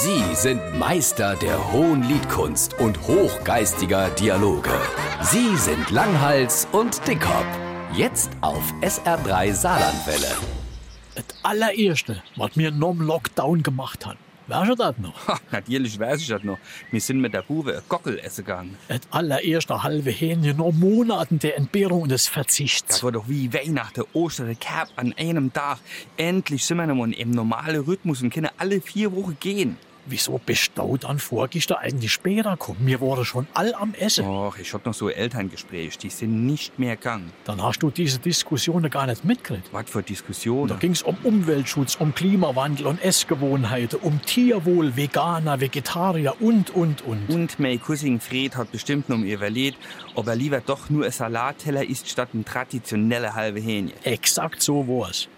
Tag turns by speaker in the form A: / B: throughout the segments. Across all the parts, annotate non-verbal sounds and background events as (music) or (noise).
A: Sie sind Meister der hohen Liedkunst und hochgeistiger Dialoge. Sie sind Langhals und Dickhop. Jetzt auf SR3 Saarlandwelle.
B: Das allererste, was wir nach dem Lockdown gemacht haben. Weißt du das noch?
C: (laughs) Ha, natürlich weiß ich das noch. Wir sind mit der Buwe Gockel essen gegangen.
B: Das allererste halbe Hähnchen nach Monaten der Entbehrung und des Verzichts.
C: Das war doch wie Weihnachten, Ostern, Kerb an einem Tag. Endlich sind wir noch mal im normalen Rhythmus und können alle vier Wochen gehen.
B: Wieso bist du dann vorgestern eigentlich später gekommen? Wir waren schon all am Essen.
C: Och, ich hab noch so Elterngespräche, die sind nicht mehr gegangen.
B: Dann hast du diese Diskussionen gar nicht mitgekriegt.
C: Was für
B: Da
C: Diskussionen.
B: ging es um Umweltschutz, um Klimawandel und Essgewohnheiten, um Tierwohl, Veganer, Vegetarier und, und, und.
C: Und mein Cousin Fred hat bestimmt noch mal überlegt, ob er lieber doch nur ein Salatteller isst, statt ein traditionelle halbe Hähnchen.
B: Exakt so war's.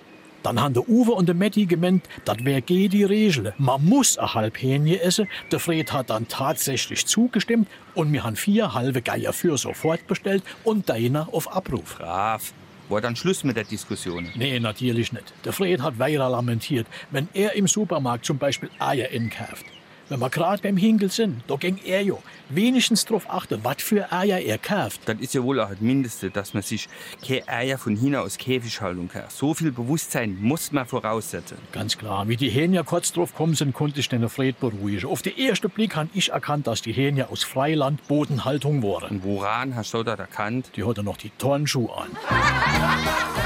B: Dann haben der Uwe und der Matti gemeint, das wär geh die Regel. Man muss ein halb Hähnchen essen. Der Fred hat dann tatsächlich zugestimmt und wir haben vier halbe Geier für sofort bestellt und deiner auf Abruf.
C: Brav. War dann Schluss mit der Diskussion.
B: Nee, natürlich nicht. Der Fred hat weiter lamentiert, wenn er im Supermarkt zum Beispiel Eier inkauft. Wenn wir gerade beim Hinkel sind, da ging er jo wenigstens drauf achten, was für Eier er kauft.
C: Das ist ja wohl auch das Mindeste, dass man sich keine Eier von China aus Käfighaltung kann. So viel Bewusstsein muss man voraussetzen.
B: Ganz klar, wie die Hähne ja kurz drauf kommen sind, konnte ich den Fred beruhigen. Auf den ersten Blick han ich erkannt, dass die Hähne aus Freiland Bodenhaltung waren.
C: Und woran hast du das erkannt?
B: Die hatte noch die Turnschuhe an.